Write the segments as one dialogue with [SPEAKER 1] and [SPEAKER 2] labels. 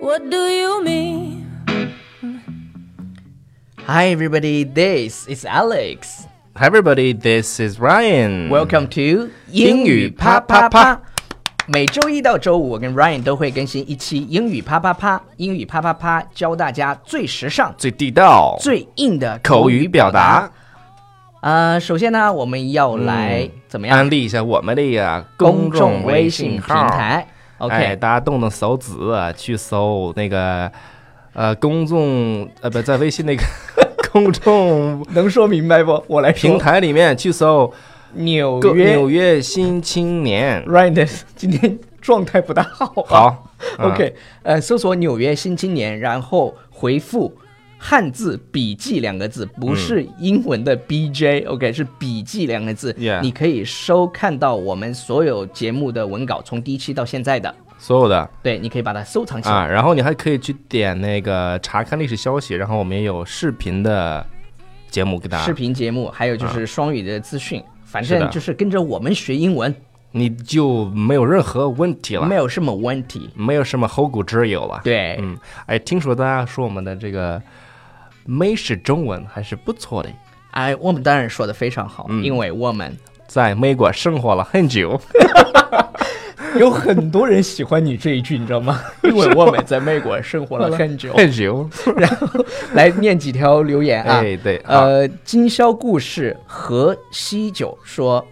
[SPEAKER 1] What do you mean?
[SPEAKER 2] Hi, everybody. This is Alex.
[SPEAKER 3] Hi everybody, this is Ryan.
[SPEAKER 2] Welcome to
[SPEAKER 3] 英语啪啪啪。
[SPEAKER 2] 每周一到周五，我跟 Ryan 都会更新一期英语啪啪啪。英语啪啪啪，教大家最时尚、
[SPEAKER 3] 最地道
[SPEAKER 2] 最硬的
[SPEAKER 3] 口
[SPEAKER 2] 语
[SPEAKER 3] 语表
[SPEAKER 2] 达。
[SPEAKER 3] 达，
[SPEAKER 2] 呃，首先呢，我们要来、怎么样？
[SPEAKER 3] 安利一下我们的呀
[SPEAKER 2] 公
[SPEAKER 3] 嗯众
[SPEAKER 2] 众微
[SPEAKER 3] 信
[SPEAKER 2] 信平台。OK，、
[SPEAKER 3] 哎，大家动动手指啊去搜那个呃公众呃不在微信 那个公众
[SPEAKER 2] 能说明白不？我来
[SPEAKER 3] 平台里面去搜
[SPEAKER 2] 纽
[SPEAKER 3] 个
[SPEAKER 2] 约
[SPEAKER 3] 纽约新青年。
[SPEAKER 2] Ryan 的今天状态不大好、啊。
[SPEAKER 3] 好、嗯
[SPEAKER 2] OK，呃，搜索“纽约新青年”，然后回复汉字“笔记”两个字，不是英文的 BJ，OK，、OK，是笔记两个字。
[SPEAKER 3] Yeah
[SPEAKER 2] 你可以收看到我们所有节目的文稿，从第一期到现在的，
[SPEAKER 3] 嗯所有的
[SPEAKER 2] 对，你可以把它收藏起来。
[SPEAKER 3] 啊，然后你还可以去点那个查看历史消息，然后我们也有视频的节目给大家。
[SPEAKER 2] 视频节目，还有就是双语的资讯，反
[SPEAKER 3] 是
[SPEAKER 2] 正
[SPEAKER 3] 的
[SPEAKER 2] 啊就是跟着我们学英文，
[SPEAKER 3] 你就没有任何问题了，
[SPEAKER 2] 没有什么问题。
[SPEAKER 3] 没有什么后顾之忧了。，
[SPEAKER 2] 对，
[SPEAKER 3] 嗯，哎，听说大家说我们的这个美式中文还是不错的，
[SPEAKER 2] 哎，我们当然说的非常好，
[SPEAKER 3] 嗯
[SPEAKER 2] 因为我们
[SPEAKER 3] 在美国生活了很久，
[SPEAKER 2] 哎有很多人喜欢你这一句，你知道 吗？因为我们在美国生活了很久。
[SPEAKER 3] 很久。
[SPEAKER 2] 然后 来念几条留言啊。
[SPEAKER 3] 哎，对，啊，
[SPEAKER 2] 呃，今宵故事和西九说，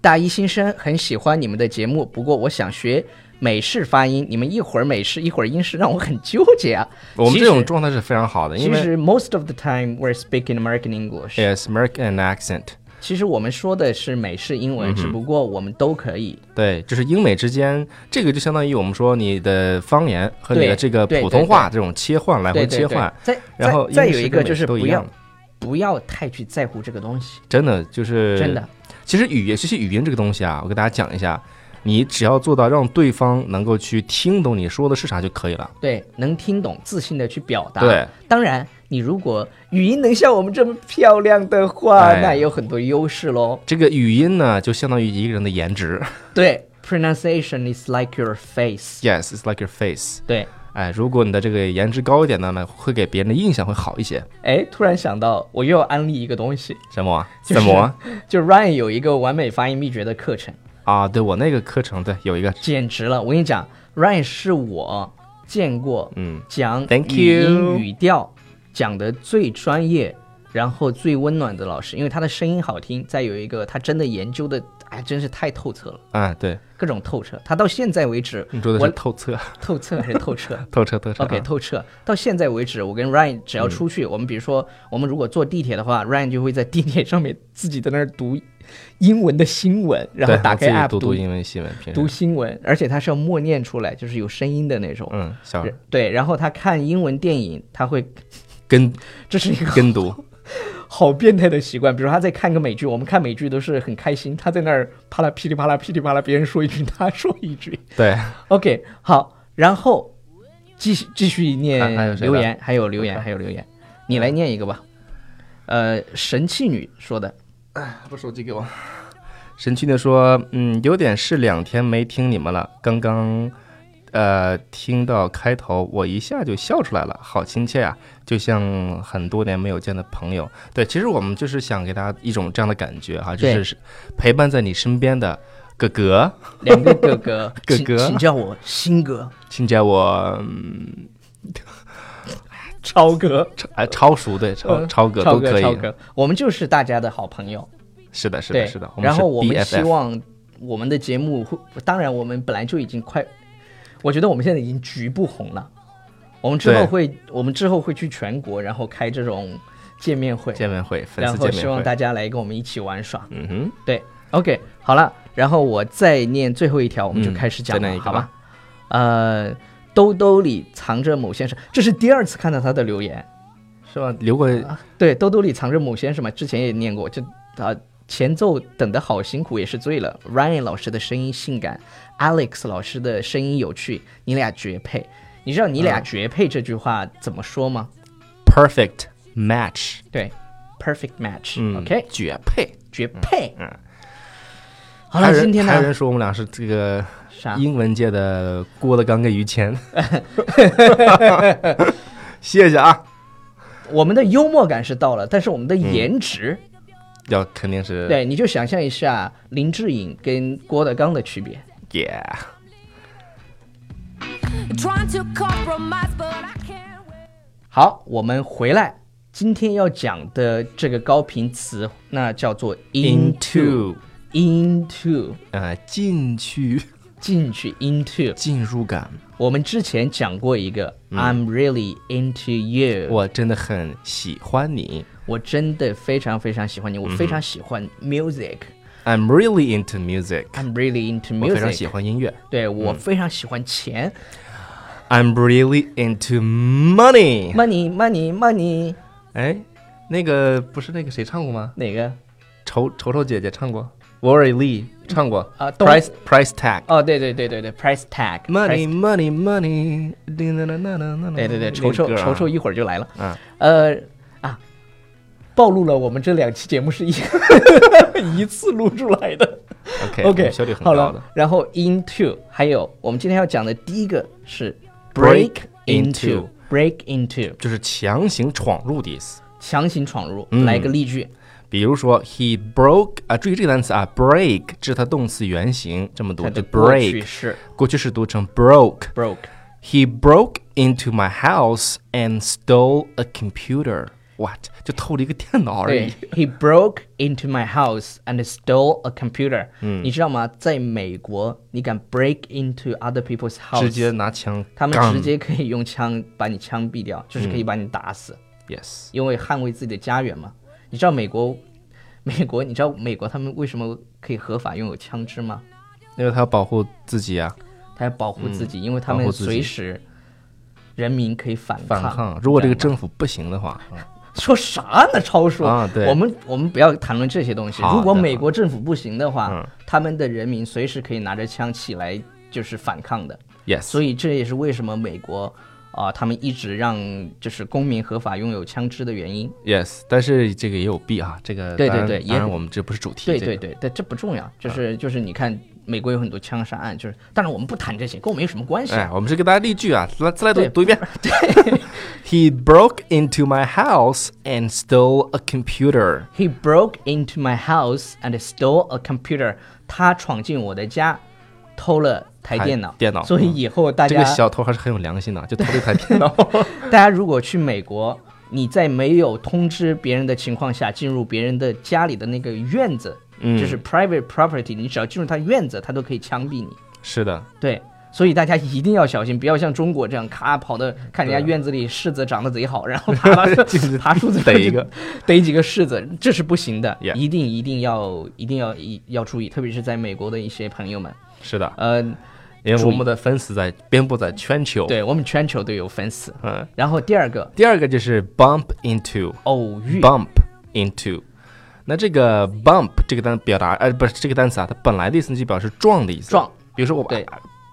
[SPEAKER 2] 大一新生很喜欢你们的节目，不过我想学美式发音，你们一会儿美式一会儿英式，让我很纠结啊。
[SPEAKER 3] 我们
[SPEAKER 2] 其
[SPEAKER 3] 这种
[SPEAKER 2] 实
[SPEAKER 3] 状态是非常好的，因
[SPEAKER 2] 其
[SPEAKER 3] 为哎
[SPEAKER 2] 实 most of the time we're speaking American English，、
[SPEAKER 3] yes American accent，
[SPEAKER 2] 其实我们说的是美式英
[SPEAKER 3] 嗯
[SPEAKER 2] 文，只不过我们都可以。
[SPEAKER 3] 对，就是英美之间，这个就相当于我们说你的方言和你
[SPEAKER 2] 对
[SPEAKER 3] 的这个
[SPEAKER 2] 对
[SPEAKER 3] 普
[SPEAKER 2] 对
[SPEAKER 3] 通话这种切换来
[SPEAKER 2] 对
[SPEAKER 3] 回
[SPEAKER 2] 对
[SPEAKER 3] 切
[SPEAKER 2] 对
[SPEAKER 3] 换，。
[SPEAKER 2] 再
[SPEAKER 3] 然后
[SPEAKER 2] 再再
[SPEAKER 3] 英
[SPEAKER 2] 有
[SPEAKER 3] 式
[SPEAKER 2] 一
[SPEAKER 3] 跟
[SPEAKER 2] 个
[SPEAKER 3] 美
[SPEAKER 2] 就
[SPEAKER 3] 式
[SPEAKER 2] 是
[SPEAKER 3] 都一
[SPEAKER 2] 不要
[SPEAKER 3] 样
[SPEAKER 2] 不要太去在乎这个东西，
[SPEAKER 3] 真的就是
[SPEAKER 2] 真的。
[SPEAKER 3] 其实语言学习语言这个东西啊，我给大家讲一下，你只要做到让对方能够去听懂你说的是啥就可以了。
[SPEAKER 2] 对，能听懂，自信的去表达。
[SPEAKER 3] 对，
[SPEAKER 2] 当然，你如果语音能像我们这么漂亮的话，
[SPEAKER 3] 哎
[SPEAKER 2] 那也有很多优势喽。
[SPEAKER 3] 这个语音呢，就相当于一个人的颜值。
[SPEAKER 2] 对，pronunciation is like your face。
[SPEAKER 3] Yes, it's like your face。
[SPEAKER 2] 对，
[SPEAKER 3] 哎，如果你的这个颜值高一点的呢，会给别人的印象会好一些。
[SPEAKER 2] 哎，突然想到，我又要安利一个东西，
[SPEAKER 3] 什么啊？
[SPEAKER 2] 就是
[SPEAKER 3] 怎么啊？
[SPEAKER 2] 就 Ryan 有一个完美发音秘诀的课程，
[SPEAKER 3] 啊？对我那个课程，对，有一个，
[SPEAKER 2] 简直了！我跟你讲，Ryan 是我见过
[SPEAKER 3] 嗯，
[SPEAKER 2] 讲
[SPEAKER 3] Thank
[SPEAKER 2] 语
[SPEAKER 3] you
[SPEAKER 2] 音语调讲的最专业，然后最温暖的老师，因为他的声音好听，再有一个他真的研究的，哎，真是太透彻了。
[SPEAKER 3] 啊，对，
[SPEAKER 2] 各种透彻，他到现在为止，
[SPEAKER 3] 你说的
[SPEAKER 2] 我
[SPEAKER 3] 是透彻，
[SPEAKER 2] 透彻还是透彻
[SPEAKER 3] 透彻，透彻。
[SPEAKER 2] ？OK，
[SPEAKER 3] 啊
[SPEAKER 2] 透彻。到现在为止，我跟 Ryan 只要出去，我们比如说我们如果坐地铁的话，Ryan 就会在地铁上面自己在那儿读英文的新闻，然后
[SPEAKER 3] 对
[SPEAKER 2] 打
[SPEAKER 3] 我
[SPEAKER 2] 开
[SPEAKER 3] 自己
[SPEAKER 2] app
[SPEAKER 3] 读
[SPEAKER 2] 读
[SPEAKER 3] 读英文新闻，平
[SPEAKER 2] 读
[SPEAKER 3] 时，
[SPEAKER 2] 新闻，而且他是要默念出来，就是有声音的那种。
[SPEAKER 3] 嗯，小
[SPEAKER 2] 是对，然后他看英文电影，他会，
[SPEAKER 3] 跟
[SPEAKER 2] 这是一个
[SPEAKER 3] 跟读，
[SPEAKER 2] 好变态的习惯。比如他在看个美剧，我们看美剧都是很开心，他在那儿啪啦噼里啪啦噼里啪啦，别人说一句，他说一句。
[SPEAKER 3] 对，
[SPEAKER 2] OK，好，然后继续继续
[SPEAKER 3] 还还有
[SPEAKER 2] 念
[SPEAKER 3] 谁的
[SPEAKER 2] 留言，还有留言，还有留言，你来念一个吧。呃，神气女说的，
[SPEAKER 3] 把手机给我。 神奇的说，嗯，有点是两天没听你们了，刚刚，呃，听到开头，我一下就笑出来了，好亲切啊，就像很多年没有见的朋友。对，其实我们就是想给大家一种这样的感觉哈、就
[SPEAKER 2] 对
[SPEAKER 3] 是是陪伴在你身边的哥哥，，
[SPEAKER 2] 两个哥哥
[SPEAKER 3] 哥
[SPEAKER 2] 请
[SPEAKER 3] 哥
[SPEAKER 2] 请叫我新哥、
[SPEAKER 3] 亲家我，嗯
[SPEAKER 2] 超哥、
[SPEAKER 3] 超哎，超叔对，超
[SPEAKER 2] 嗯
[SPEAKER 3] 超哥
[SPEAKER 2] 超
[SPEAKER 3] 都
[SPEAKER 2] 哥、
[SPEAKER 3] 可
[SPEAKER 2] 超
[SPEAKER 3] 以，
[SPEAKER 2] 哥，我们就是大家的好朋友。
[SPEAKER 3] 是的，是
[SPEAKER 2] 对，
[SPEAKER 3] 的，是的，
[SPEAKER 2] 然后我
[SPEAKER 3] 们
[SPEAKER 2] 们希
[SPEAKER 3] 是 BFF，
[SPEAKER 2] 望我们的节目会，当然我们本来就已经快，我觉得我们现在已经局部红了。我们之后
[SPEAKER 3] 对
[SPEAKER 2] 会，我们之后会去全国，然后开这种见面会，
[SPEAKER 3] 见面会，粉
[SPEAKER 2] 然
[SPEAKER 3] 丝
[SPEAKER 2] 后
[SPEAKER 3] 见
[SPEAKER 2] 希
[SPEAKER 3] 面
[SPEAKER 2] 望
[SPEAKER 3] 会，
[SPEAKER 2] 大家来跟我们一起玩耍。
[SPEAKER 3] 嗯哼。
[SPEAKER 2] 对，OK，好了，然后我再念最后一条，我们就
[SPEAKER 3] 嗯
[SPEAKER 2] 开始讲
[SPEAKER 3] 再
[SPEAKER 2] 了，
[SPEAKER 3] 念一个
[SPEAKER 2] 好
[SPEAKER 3] 吧
[SPEAKER 2] 吧？呃，兜兜里藏着某先生，这是第二次看到他的留言。
[SPEAKER 3] 是吧？留过
[SPEAKER 2] 对，兜兜里藏着某先生嘛，之前也念过，就啊、前奏等的好辛苦也是醉了。Ryan 老师的声音性感，Alex 老师的声音有趣，你俩绝配。你知道你俩绝配这句话怎么说吗？
[SPEAKER 3] perfect match，
[SPEAKER 2] 对，perfect match，OK，、
[SPEAKER 3] 嗯嗯绝配。
[SPEAKER 2] 绝配。
[SPEAKER 3] 嗯
[SPEAKER 2] 好
[SPEAKER 3] 还有
[SPEAKER 2] 了，
[SPEAKER 3] 人
[SPEAKER 2] 今天
[SPEAKER 3] 还有
[SPEAKER 2] 呢？
[SPEAKER 3] 人说我们俩是这个
[SPEAKER 2] 啥？
[SPEAKER 3] 英文界的郭德纲跟于 谦，谢谢啊，
[SPEAKER 2] 我们的幽默感是到了，但是我们的
[SPEAKER 3] 嗯
[SPEAKER 2] 颜值，
[SPEAKER 3] 要肯定是
[SPEAKER 2] 对，你就想象一下林志颖跟郭德纲的区别。
[SPEAKER 3] 耶。Yeah
[SPEAKER 1] Trying to compromise, but I can't wait.
[SPEAKER 2] 好，我们回来，今天要讲的这个高频词，那叫做 into into
[SPEAKER 3] into 呃进去
[SPEAKER 2] 进去 into。
[SPEAKER 3] 进入感，
[SPEAKER 2] 我们之前讲过一个、I'm really into you，我
[SPEAKER 3] 嗯我真的很喜欢你
[SPEAKER 2] 我真的非常非常喜欢你，
[SPEAKER 3] 嗯
[SPEAKER 2] 我非常喜欢 music，I'm、
[SPEAKER 3] ，I'm really into music，
[SPEAKER 2] really into
[SPEAKER 3] 我非常
[SPEAKER 2] music，
[SPEAKER 3] 喜欢嗯音乐
[SPEAKER 2] 对我非常喜欢钱、
[SPEAKER 3] ，I'm really into money。
[SPEAKER 2] m o n e y money money
[SPEAKER 3] 哎，那个不是那个谁唱过吗？
[SPEAKER 2] 哪个？
[SPEAKER 3] 丑丑丑姐姐唱过，Worry Lee 唱过
[SPEAKER 2] 啊东
[SPEAKER 3] ，Price Price Tag。
[SPEAKER 2] 哦，对对对对对，price tag
[SPEAKER 3] Money,
[SPEAKER 2] price-
[SPEAKER 3] money, money！叮当当当当当
[SPEAKER 2] 对对对，
[SPEAKER 3] 那
[SPEAKER 2] 丑丑
[SPEAKER 3] 歌啊
[SPEAKER 2] 丑丑一会儿就来了。
[SPEAKER 3] 嗯，
[SPEAKER 2] 呃啊，暴露了我们这两期节目是一 一次录出来的。
[SPEAKER 3] ，OK
[SPEAKER 2] OK，
[SPEAKER 3] 效率很
[SPEAKER 2] 好
[SPEAKER 3] 高的
[SPEAKER 2] 了。。然后 into，还有我们今天要讲的第一个是 break
[SPEAKER 3] Break into
[SPEAKER 2] into，break into，
[SPEAKER 3] 就是强行闯入的意思。
[SPEAKER 2] 强行闯入。
[SPEAKER 3] 嗯
[SPEAKER 2] 来个例句，
[SPEAKER 3] 比如说，he broke 啊，注意这个单词啊，break，这是它动词原形，这么读
[SPEAKER 2] 它的
[SPEAKER 3] 就
[SPEAKER 2] 过去
[SPEAKER 3] break，
[SPEAKER 2] 式
[SPEAKER 3] 过去式读成 broke。
[SPEAKER 2] broke。
[SPEAKER 3] He broke into my house and stole a computer. What？就偷了一个电脑而
[SPEAKER 2] 对
[SPEAKER 3] 已。
[SPEAKER 2] ，He broke into my house and stole a computer。嗯，你知道吗？在美国，你敢 break into other people's house，
[SPEAKER 3] 直接拿枪干，
[SPEAKER 2] 他们直接可以用枪把你枪毙
[SPEAKER 3] 嗯
[SPEAKER 2] 掉，就是可以把你打死，
[SPEAKER 3] yes，
[SPEAKER 2] 因为捍卫自己的家园嘛。你知道美国， 美国，你知道美国他们为什么可以合法拥有枪支吗？
[SPEAKER 3] 因为他要保护自己啊，
[SPEAKER 2] 他要保护
[SPEAKER 3] 嗯
[SPEAKER 2] 自己，因为他
[SPEAKER 3] 保护
[SPEAKER 2] 们
[SPEAKER 3] 自己
[SPEAKER 2] 随时人民可以反
[SPEAKER 3] 反抗。如果这个政府不行的话，啊
[SPEAKER 2] 说啥呢？超叔，
[SPEAKER 3] 啊对
[SPEAKER 2] 我们我们不要谈论这些东西。
[SPEAKER 3] 好
[SPEAKER 2] 如果
[SPEAKER 3] 的
[SPEAKER 2] 美国政府不行的话，
[SPEAKER 3] 嗯
[SPEAKER 2] 他们的人民随时可以拿着枪起来就是反抗的。
[SPEAKER 3] ，yes，
[SPEAKER 2] 所以这也是为什么美国啊、他们一直让就是公民合法拥有枪支的原因。
[SPEAKER 3] Yes，但是这个也有弊啊，这个
[SPEAKER 2] 对对
[SPEAKER 3] 当然
[SPEAKER 2] 对也
[SPEAKER 3] 当然我们这不是主题，
[SPEAKER 2] 对
[SPEAKER 3] 这个啊
[SPEAKER 2] 对，对，但这不重要，就是、就是你看美国有很多枪杀案，就是当然我们不谈这些，跟我没什么关系。
[SPEAKER 3] 哎，我们是给大家例句啊，来再来 读
[SPEAKER 2] 对
[SPEAKER 3] 读一遍。He broke into my house and stole a computer。
[SPEAKER 2] He broke into my house and stole a computer。他闯进我的家，偷了台电脑。
[SPEAKER 3] 台电脑嗯
[SPEAKER 2] 所以以后大
[SPEAKER 3] 这
[SPEAKER 2] 家、
[SPEAKER 3] 个小偷还是很有良心的，就偷了一台 电脑。
[SPEAKER 2] 大家如果去美国，你在没有通知别人的情况下进入别人的家里的那个院子，
[SPEAKER 3] 嗯
[SPEAKER 2] 就是 private property，你只要进入他院子，他都可以枪毙你。
[SPEAKER 3] 是的，
[SPEAKER 2] 对，所以大家一定要小心，不要像中国这样咔跑到看人家
[SPEAKER 3] 对
[SPEAKER 2] 院子里柿子长得贼好，然后 爬爬
[SPEAKER 3] 就是
[SPEAKER 2] 爬树子
[SPEAKER 3] 逮一个，
[SPEAKER 2] 逮几个柿子，这是不行的
[SPEAKER 3] Yeah
[SPEAKER 2] 一定一定要一定要一要注意，特别是在美国的一些朋友们，
[SPEAKER 3] 是的，
[SPEAKER 2] 呃，
[SPEAKER 3] 因为
[SPEAKER 2] 注意
[SPEAKER 3] 我们的粉丝在遍布在全球。，
[SPEAKER 2] 对我们全球都有粉丝。
[SPEAKER 3] 嗯。
[SPEAKER 2] 然后第二个
[SPEAKER 3] 第二个就是 bump into。
[SPEAKER 2] 偶遇
[SPEAKER 3] bump into。那这个 bump 这个单表达，呃，不是这个单词啊，它本来的意思就表示撞的意思。
[SPEAKER 2] 撞，
[SPEAKER 3] 比如说我把
[SPEAKER 2] 对，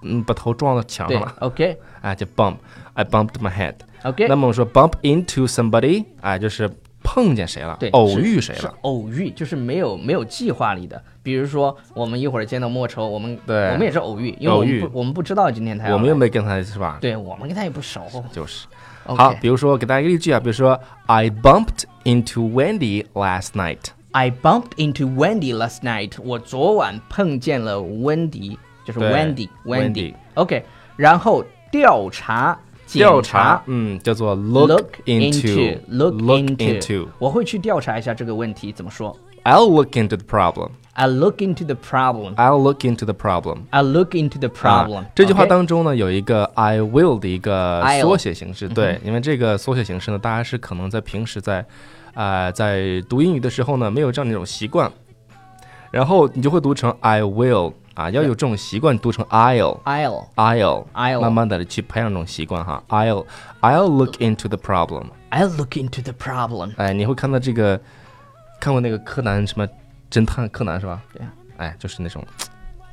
[SPEAKER 3] 嗯，把头撞到墙
[SPEAKER 2] 对
[SPEAKER 3] 上了，
[SPEAKER 2] ，OK
[SPEAKER 3] 啊，就 bump，I bumped my head。
[SPEAKER 2] OK，
[SPEAKER 3] 那么我们说 bump into somebody，啊，就是碰见谁了
[SPEAKER 2] 对，，
[SPEAKER 3] 偶
[SPEAKER 2] 是
[SPEAKER 3] 遇谁
[SPEAKER 2] 是
[SPEAKER 3] 了。
[SPEAKER 2] 偶遇，就是没有没有计划里的。比如说，我们一会儿见到莫愁，我们
[SPEAKER 3] 对
[SPEAKER 2] 我们也是偶遇，因为我
[SPEAKER 3] 偶遇
[SPEAKER 2] 们不我们不知道今天他要
[SPEAKER 3] 我们又
[SPEAKER 2] 来
[SPEAKER 3] 没跟他是吧？
[SPEAKER 2] 对我们跟他也不熟。
[SPEAKER 3] 就是。
[SPEAKER 2] OK
[SPEAKER 3] 好，比如说给大家一个例句啊，比如说 I bumped into Wendy last night。
[SPEAKER 2] I bumped into Wendy last night。我昨晚碰见了温迪，就是
[SPEAKER 3] 对
[SPEAKER 2] Wendy
[SPEAKER 3] Wendy
[SPEAKER 2] Wendy。OK，然后调查检
[SPEAKER 3] 调查，嗯，叫做
[SPEAKER 2] look
[SPEAKER 3] into
[SPEAKER 2] look
[SPEAKER 3] into。
[SPEAKER 2] 我会去调查一下这个问题怎么说。
[SPEAKER 3] I'll look into the problem.
[SPEAKER 2] I look into the problem.
[SPEAKER 3] I'll look into the problem.
[SPEAKER 2] I look into the
[SPEAKER 3] 啊
[SPEAKER 2] problem、
[SPEAKER 3] 这句话
[SPEAKER 2] OK？
[SPEAKER 3] 当中呢，有一个 I will 的一个
[SPEAKER 2] I'll
[SPEAKER 3] 缩写形式，对，因为这个缩写形式呢，大家是可能在平时在，呃，在读英语的时候呢，没有这样的一种习惯，然后你就会读成 I will 啊，要有这种习惯，读成 I'll。
[SPEAKER 2] I'll
[SPEAKER 3] I'll
[SPEAKER 2] I'll
[SPEAKER 3] 慢慢的去培养这种习惯哈。I'll I'll look into the problem。
[SPEAKER 2] I look into the problem。
[SPEAKER 3] 哎，你会看到这个，看过那个柯南什么侦探柯南是吧？
[SPEAKER 2] 对啊。
[SPEAKER 3] 哎，就是那种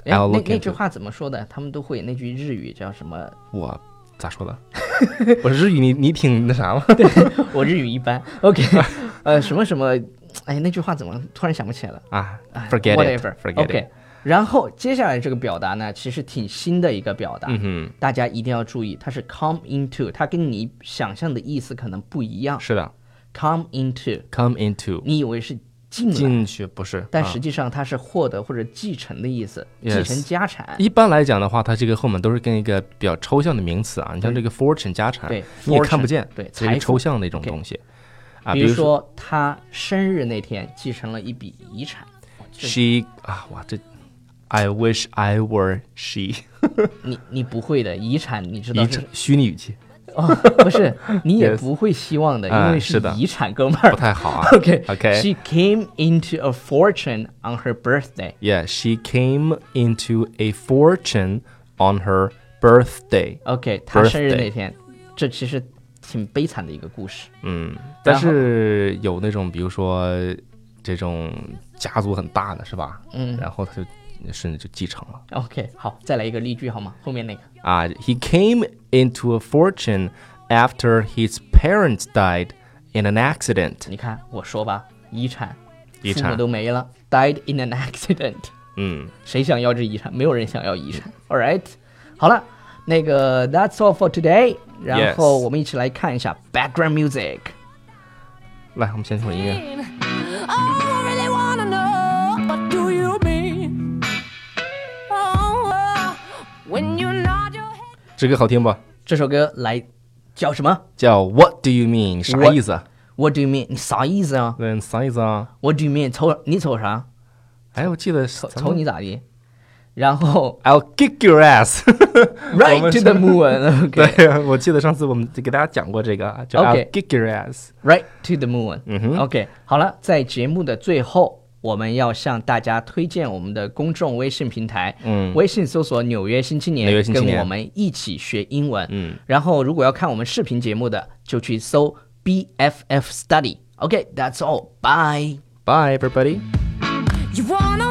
[SPEAKER 2] 哎，
[SPEAKER 3] I'll
[SPEAKER 2] 那
[SPEAKER 3] look
[SPEAKER 2] 那
[SPEAKER 3] into-
[SPEAKER 2] 句话怎么说的？他们都会那句日语叫什么？
[SPEAKER 3] 我咋说的？ 我日语你你挺那啥吗？
[SPEAKER 2] 我日语一般。OK，呃，什么什么，哎，那句话怎么突然想不起来了
[SPEAKER 3] 啊
[SPEAKER 2] 哎
[SPEAKER 3] ，forget
[SPEAKER 2] whatever。
[SPEAKER 3] it，forget 啊 it
[SPEAKER 2] OK，然后接下来这个表达呢，其实挺新的一个表达，
[SPEAKER 3] 嗯
[SPEAKER 2] 大家一定要注意，它是 come into，它跟你想象的意思可能不一样
[SPEAKER 3] 哼，。是的
[SPEAKER 2] come into，
[SPEAKER 3] ，come into
[SPEAKER 2] 你以为是进来，
[SPEAKER 3] 进去不是，
[SPEAKER 2] 嗯但
[SPEAKER 3] 啊
[SPEAKER 2] 实际上它是获得或者继承的意思，继
[SPEAKER 3] Yes
[SPEAKER 2] 承家产。
[SPEAKER 3] 一般来讲的话，它这个后面都是跟一个比较抽象的名词啊，你像这个 fortune 家产，
[SPEAKER 2] 对
[SPEAKER 3] 你也
[SPEAKER 2] fortune，
[SPEAKER 3] 看不见，
[SPEAKER 2] 对
[SPEAKER 3] 这是
[SPEAKER 2] 财富
[SPEAKER 3] 抽象的一种东西啊，
[SPEAKER 2] 比
[SPEAKER 3] 如
[SPEAKER 2] 如说他生日那天继承了一笔遗产，
[SPEAKER 3] she 啊，哇这，I wish I were she，
[SPEAKER 2] 你你不会的，遗产你知道
[SPEAKER 3] 遗
[SPEAKER 2] 是
[SPEAKER 3] 产虚拟语气
[SPEAKER 2] 哦，不是， 你也
[SPEAKER 3] Yes
[SPEAKER 2] 不会希望的，
[SPEAKER 3] 哎
[SPEAKER 2] 因为
[SPEAKER 3] 是的
[SPEAKER 2] 遗产哥们
[SPEAKER 3] 不
[SPEAKER 2] 儿。。
[SPEAKER 3] 太好啊
[SPEAKER 2] OK
[SPEAKER 3] OK
[SPEAKER 2] She came into a fortune on her birthday.
[SPEAKER 3] Yeah, she came into a fortune on her birthday。
[SPEAKER 2] OK，她生日
[SPEAKER 3] Birthday
[SPEAKER 2] 那天，这其实挺悲惨的一个故事。
[SPEAKER 3] 嗯，但
[SPEAKER 2] 然后
[SPEAKER 3] 是有那种，比如说这种家族很大的是吧？
[SPEAKER 2] 嗯
[SPEAKER 3] 然后他就甚至就继承了
[SPEAKER 2] OK，好，再来一个例句好吗？后面那个。
[SPEAKER 3] 啊。He came into a fortune after his parents died in an accident。
[SPEAKER 2] 你看，我说吧，遗产，
[SPEAKER 3] 遗
[SPEAKER 2] 父母
[SPEAKER 3] 产
[SPEAKER 2] 都，没了，died in an accident，
[SPEAKER 3] 嗯
[SPEAKER 2] 谁想要这遗产？没有人想要遗产。All right，好了，那个 That's all for today。然
[SPEAKER 3] Yes
[SPEAKER 2] 后我们一起来看一下 background music。
[SPEAKER 3] 来，我们先听会儿音乐。
[SPEAKER 1] I really wanna know what do you mean? Oh, uh, when you nod your head.
[SPEAKER 3] 这歌好听不？
[SPEAKER 2] 这首歌来叫什么
[SPEAKER 3] 叫 What do you mean？啥
[SPEAKER 2] What-
[SPEAKER 3] 意思啊？
[SPEAKER 2] ？What do you mean？你啥意思啊
[SPEAKER 3] 嗯，啥意思啊？
[SPEAKER 2] ？What do you mean？瞅你瞅啥？
[SPEAKER 3] 哎，我记得瞅
[SPEAKER 2] 瞅你咋的？然后。
[SPEAKER 3] I'll kick your ass
[SPEAKER 2] right
[SPEAKER 3] 我们
[SPEAKER 2] to
[SPEAKER 3] 是
[SPEAKER 2] the moon，OK，、
[SPEAKER 3] 对，我记得上次我们给大家讲过这个啊，叫
[SPEAKER 2] OK
[SPEAKER 3] I'll kick your ass。
[SPEAKER 2] Right to the moon。
[SPEAKER 3] 嗯哼
[SPEAKER 2] OK，好了，在节目的最后，我们要向大家推荐我们的公众微信平台。
[SPEAKER 3] 嗯
[SPEAKER 2] 微信搜索“纽约新青年”，
[SPEAKER 3] 纽约新青年
[SPEAKER 2] 跟我们一起学英文。
[SPEAKER 3] 嗯，
[SPEAKER 2] 然后如果要看我们视频节目的，就去搜 BFF Study。OK，that's、all. Bye.
[SPEAKER 3] Bye everybody。
[SPEAKER 1] You wanna